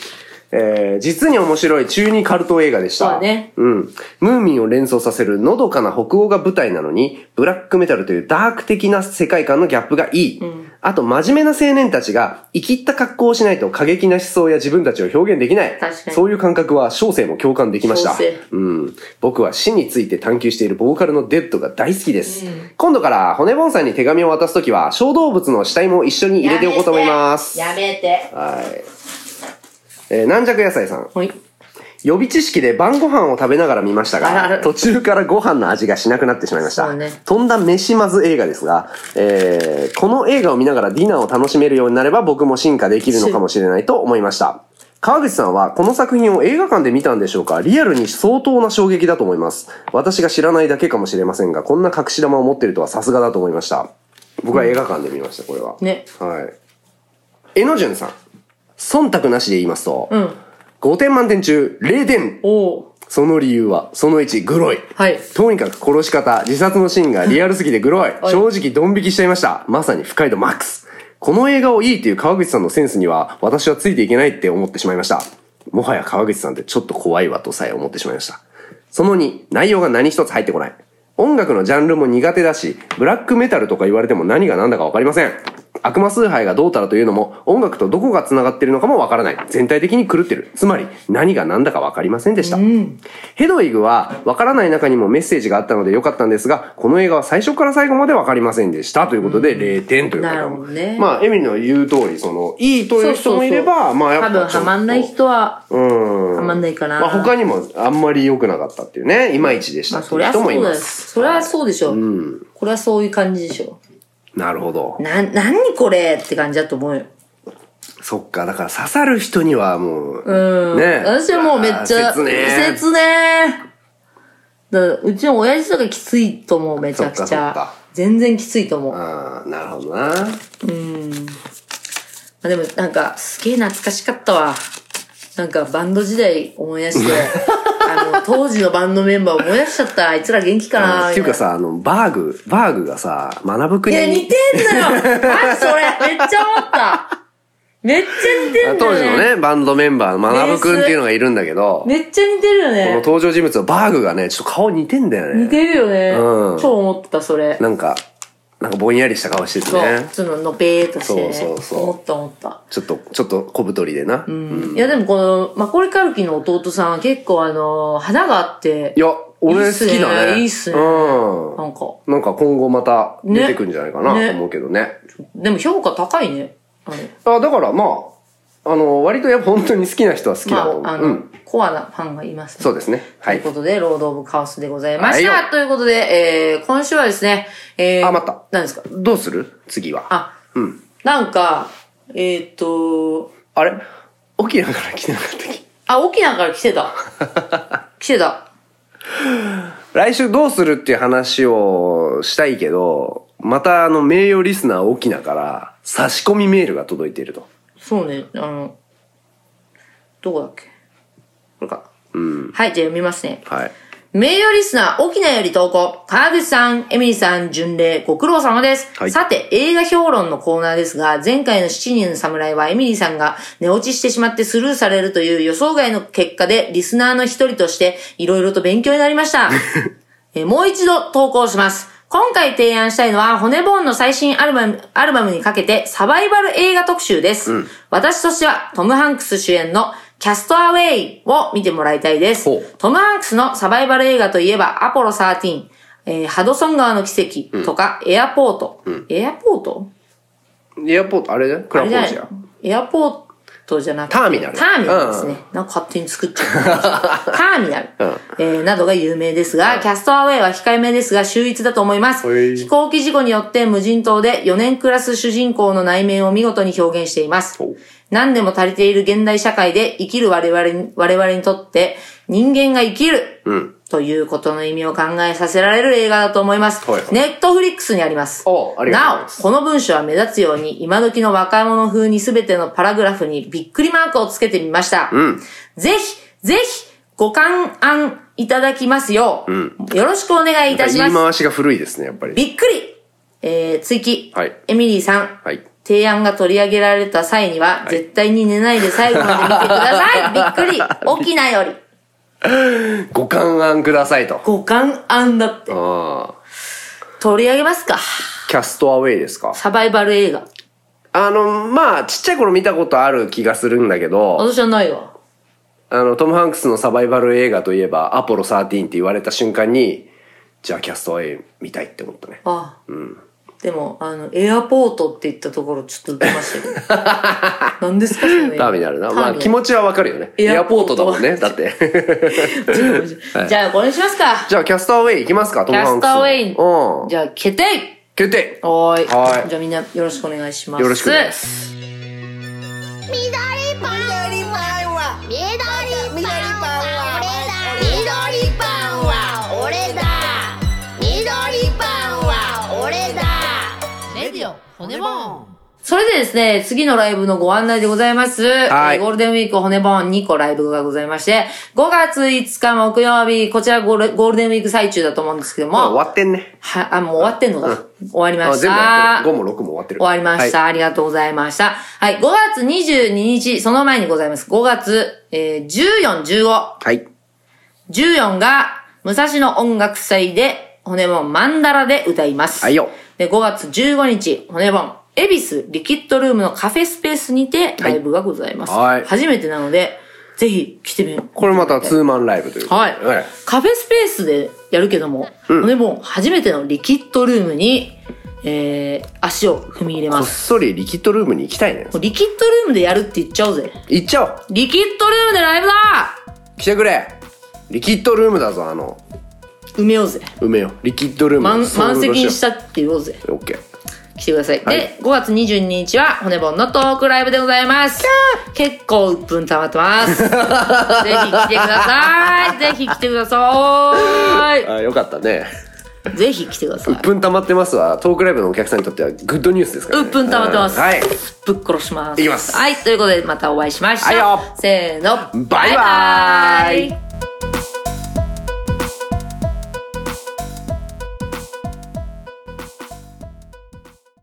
D: えー実に面白い中二カルト映画でした。
B: そうね
D: うん。ムーミンを連想させるのどかな北欧が舞台なのに、ブラックメタルというダーク的な世界観のギャップがいい。あと、真面目な青年たちが、生きった格好をしないと過激な思想や自分たちを表現できない。
B: 確かに
D: そういう感覚は小生も共感できました
B: 小生。
D: うん。僕は死について探求しているボーカルのデッドが大好きです。今度から、骨盆さんに手紙を渡すときは、小動物の死体も一緒に入れておこうと思います。
B: やめて。
D: はい。えー軟弱野菜さん。
B: はい。
D: 予備知識で晩ご飯を食べながら見ました
B: あ
D: が、
B: ら
D: 途中からご飯の味がしなくなってしまいました。
B: そうね
D: とんだ飯まず映画ですが、えーこの映画を見ながらディナーを楽しめるようになれば僕も進化できるのかもしれないと思いました。川口さんはこの作品を映画館で見たんでしょうかリアルに相当な衝撃だと思います。私が知らないだけかもしれませんが、こんな隠し玉を持ってるとはさすがだと思いました。僕は映画館で見ました、これは。
B: ね。
D: はい。えのじゅんさん。忖度なしで言いますと、
B: うん。
D: 5点満点中0点。
B: おー
D: その理由は、その1、グロい。
B: はい。
D: とにかく殺し方、自殺のシーンがリアルすぎてグロい。正直ドン引きしちゃいました。まさに不快度マックス。この映画をいいという川口さんのセンスには、私はついていけないって思ってしまいました。もはや川口さんってちょっと怖いわとさえ思ってしまいました。その2、内容が何一つ入ってこない。音楽のジャンルも苦手だし、ブラックメタルとか言われても何が何だかわかりません。悪魔崇拝がどうたらというのも、音楽とどこが繋がっているのかもわからない。全体的に狂ってる。つまり、何が何だかわかりませんでした。ヘドウィグは、わからない中にもメッセージがあったのでよかったんですが、この映画は最初から最後までわかりませんでした。ということで、0点ということで
B: なるほどね
D: まあ、エミリの言う通り、その、いいという人もいれば、まあ、やっぱ
B: 多
D: ちょ
B: 分ハ
D: っと。
B: マんない人は、
D: うん。
B: ハマんないかな。
D: まあ、他にもあんまり良くなかったっていうね、いまいちでし
B: ま
D: た
B: あ
D: って
B: そ
D: い
B: り
D: う
B: ゃ
D: 人
B: そ
D: もいうま。
B: ですす。そりゃそうでしょ。これはそういう感じでしょ。
D: なるほど。
B: な、なにこれって感じだと思うよ。
D: そっか、だから刺さる人にはもう、
B: うん。
D: ね
B: 私はもうめっちゃ、
D: あー切ね
B: 切ねだからうちの親父とかきついと思う、めちゃく
D: そっか
B: ち
D: そっ
B: ゃ
D: か。
B: 全然きついと思う。ま
D: ああ、なるほどな。
B: あ、でもなんか、すげえ懐かしかったわ。なんかバンド時代思い出 して、あの、当時のバンドメンバー思い出しちゃった。あいつら元気かな
D: っ
B: み
D: て
B: た
D: い
B: いうな
D: かさ、あの、バーグ、バーグがさ、学ぶ
B: い
D: 国
B: や、似
D: に、
B: てん のよあ、それめっちゃ思っためっちゃ似てんだよ
D: 当
B: ね
D: 時のね、バンドメンバーの学ぶくんっていうのがいるんだけど、こ
B: めっちゃ似てるよ
D: の
B: ね。
D: 登場人物のバーグがね、ちょっと顔似てんだよ
B: 似
D: ね。
B: てるよね。
D: うん
B: 超思ってた、それ。
D: なんか、なんかぼんやりした顔してて
B: そう。
D: ね。
B: その、のべーっとして、ね。
D: そうそうそう
B: 思った思った。
D: ちょっと、ちょっと小太りでな。
B: いや、でもこの、マコリカルキの弟さんは結構あの、花があって
D: い、や、俺
B: いいっ
D: 好
B: すね
D: きだね。
B: いいっすね
D: うん。
B: なんか、
D: なんか今後また出てくんじゃないかな
B: ね
D: と思うけどね。
B: でも評価高いね。あの
D: あだからまあ、あの、割とやっぱ本当に好きな人は好きだと思う。
B: まあ、あの、
D: うん。
B: コアなファンがいますね
D: そうですね。はい
B: とい。うことで、ロード・オブ・カオスでございました。
D: はいよ
B: ということで、えー、今週はですね、えー、
D: あ待った
B: 何ですか
D: どうする次は。あ
B: あ、なんか、えー、っと、
D: れ沖縄から来てなかったっけ
B: あ、沖縄から来て た。来てた。
D: 来週どうするっていう話をしたいけど、またあの名誉リスナー沖縄から差し込みメールが届いていると。
B: そうね、あの、どこだっけこれか。はい、じゃあ読みますね。
D: はい。
B: 名誉リスナー、沖縄より投稿。川口さん、エミリーさん、巡礼、ご苦労様です。
D: はい
B: さて、映画評論のコーナーですが、前回の7人の侍はエミリーさんが寝落ちしてしまってスルーされるという予想外の結果で、リスナーの一人として、いろいろと勉強になりま した。えーもう一度投稿します。今回提案したいのは、骨ボーンの最新アルバム、アルバムにかけてサバイバル映画特集です。私としては、トム・ハンクス主演のキャストアウェイを見てもらいたいです
D: ほう。
B: トム・ハンクスのサバイバル映画といえば、アポロ13、えーハドソン川の奇跡とか、エアポート。エアポート
D: エアポート、あれねク
B: あ
D: ラ
B: れ
D: フ
B: じ
D: ォ
B: ゃな
D: ー
B: い
D: ジ
B: エ
D: ア。
B: アポートじゃなくて。
D: ターミナル
B: ターミナルですね。なんか勝手に作っちゃっ た。ターミナル、えーなどが有名ですが、キャストアウェイは控えめですが、秀逸だと思います。
D: へい
B: 飛行機事故によって無人島で4年暮らす主人公の内面を見事に表現しています
D: ほう。
B: 何でも足りている現代社会で生きる我々に我々にとって人間が生きる、ということの意味を考えさせられる映画だと思います。
D: はいはい
B: ネットフリックスにあります。
D: おうありがとうござい
B: な
D: ま
B: お、
D: す
B: この文章は目立つように、今時の若者風に全てのパラグラフにびっくりマークをつけてみました。ぜひ、ぜひ、ご勘案いただきますよう、よろしくお願いいた
D: 言
B: し
D: い
B: ます。
D: 回しが古いですね、やっぱり。
B: びっくりえー、追記。
D: はい
B: エミリーさん。
D: はい
B: 提案が取り上げられた際には、絶対に寝ないで最後まで見てく ださい。びっくり。沖縄より。
D: ご勘案くださいと。
B: ご勘案だって。
D: ああ。
B: 取り上げますか。
D: キャストアウェイですか
B: サバイバル映画。
D: あの、まあ、ちっちゃい頃見たことある気がするんだけど、
B: 私はないわ。
D: あの、トム・ハンクスのサバイバル映画といえば、アポロ13って言われた瞬間に、じゃあキャストアウェイ見たいって思ったね。
B: あ、でも、あの、エアポートって言ったところちょっと出ま したよ。何ですかその
D: ターミナルな。まあ、気
B: ち
D: 持ちはわかるよね。エ
B: エ
D: ア
B: アポ
D: ポー
B: ー
D: ト
B: ト
D: だもんね。だって。
B: じゃあ、これにしますか。
D: じゃあキャストアウェイ行きますか、ト
B: キ
D: ム・
B: ャ
D: ハン
B: ス
D: ク
B: ト
D: ス
B: ア
D: の。
B: ウェイ。
D: うん。
B: じゃあ、決定
D: 決定
B: おーい。
D: はーい
B: じゃあ、みんなよろしくお願いします。
D: よろしくお願いします。
G: 緑パンは緑パンは緑パンは俺だ緑パンは俺だ
E: レディオ骨ボーン
B: それでですね、次のライブのご案内でございます。
D: はい
B: えーゴールデンウィーク骨ボーン2個ライブがございまして、5月5日木曜日、こちらゴールゴールデンウィーク最中だと思うんですけど
D: まあ、
B: も、
D: 終わってんね。
B: はあ、もう終わってんのか、終わり
D: あ
B: まし
D: 全
B: た。
D: 部やってる。5も6も終わってる。
B: 終わりました、
D: は
B: ありがとうございました。はい。5月22日、その前にございます。5月、えー、14、15。
D: い。はい。
B: 14が、武蔵野音楽祭で、骨もマンダラで歌います。
D: はいよ。
B: で、5月15日、骨盆。恵比寿リキッドルームのカフェスペースにてライブがございます。
D: はい
B: 初めてなので、ぜひ来てみ
D: これまたツーマンライブということで
B: はい、カフェスペースでやるけども、骨盆初めてのリキッドルームに、えー、足を踏み入れ
D: こ
B: ま
D: っ
B: す。
D: そりリキッドルームに行きたいね
B: リキッドルームでやるって言っちゃおうぜ。
D: 行っちゃおう
B: リキッドルームでライブだ
D: 来てくれリキッドルームだぞあの
B: 埋めようぜ。
D: 埋めようリキッドルーム
B: 満満席にしたたって言おうぜ。
D: オッケー
B: 来てください。
D: はい
B: で、5月22日は、骨盆のトークライブでございます。結構、うっぷん溜まってます。ぜひ来てくださ い。ぜひ来てくださ
D: あよかったね
B: い。ぜひ来てくださ
D: う
B: い
D: っ。ぷん溜まってますわトークライブのお客さんにとってはグッドニュースですから、
B: うっ
D: ね、
B: ぷん溜まってます。
D: うんはい
B: ぶっ殺します。
D: いきます
B: はい、ということでまたお会いしましょう。
D: はいよ
B: せーの、
D: バイバーイ
B: イ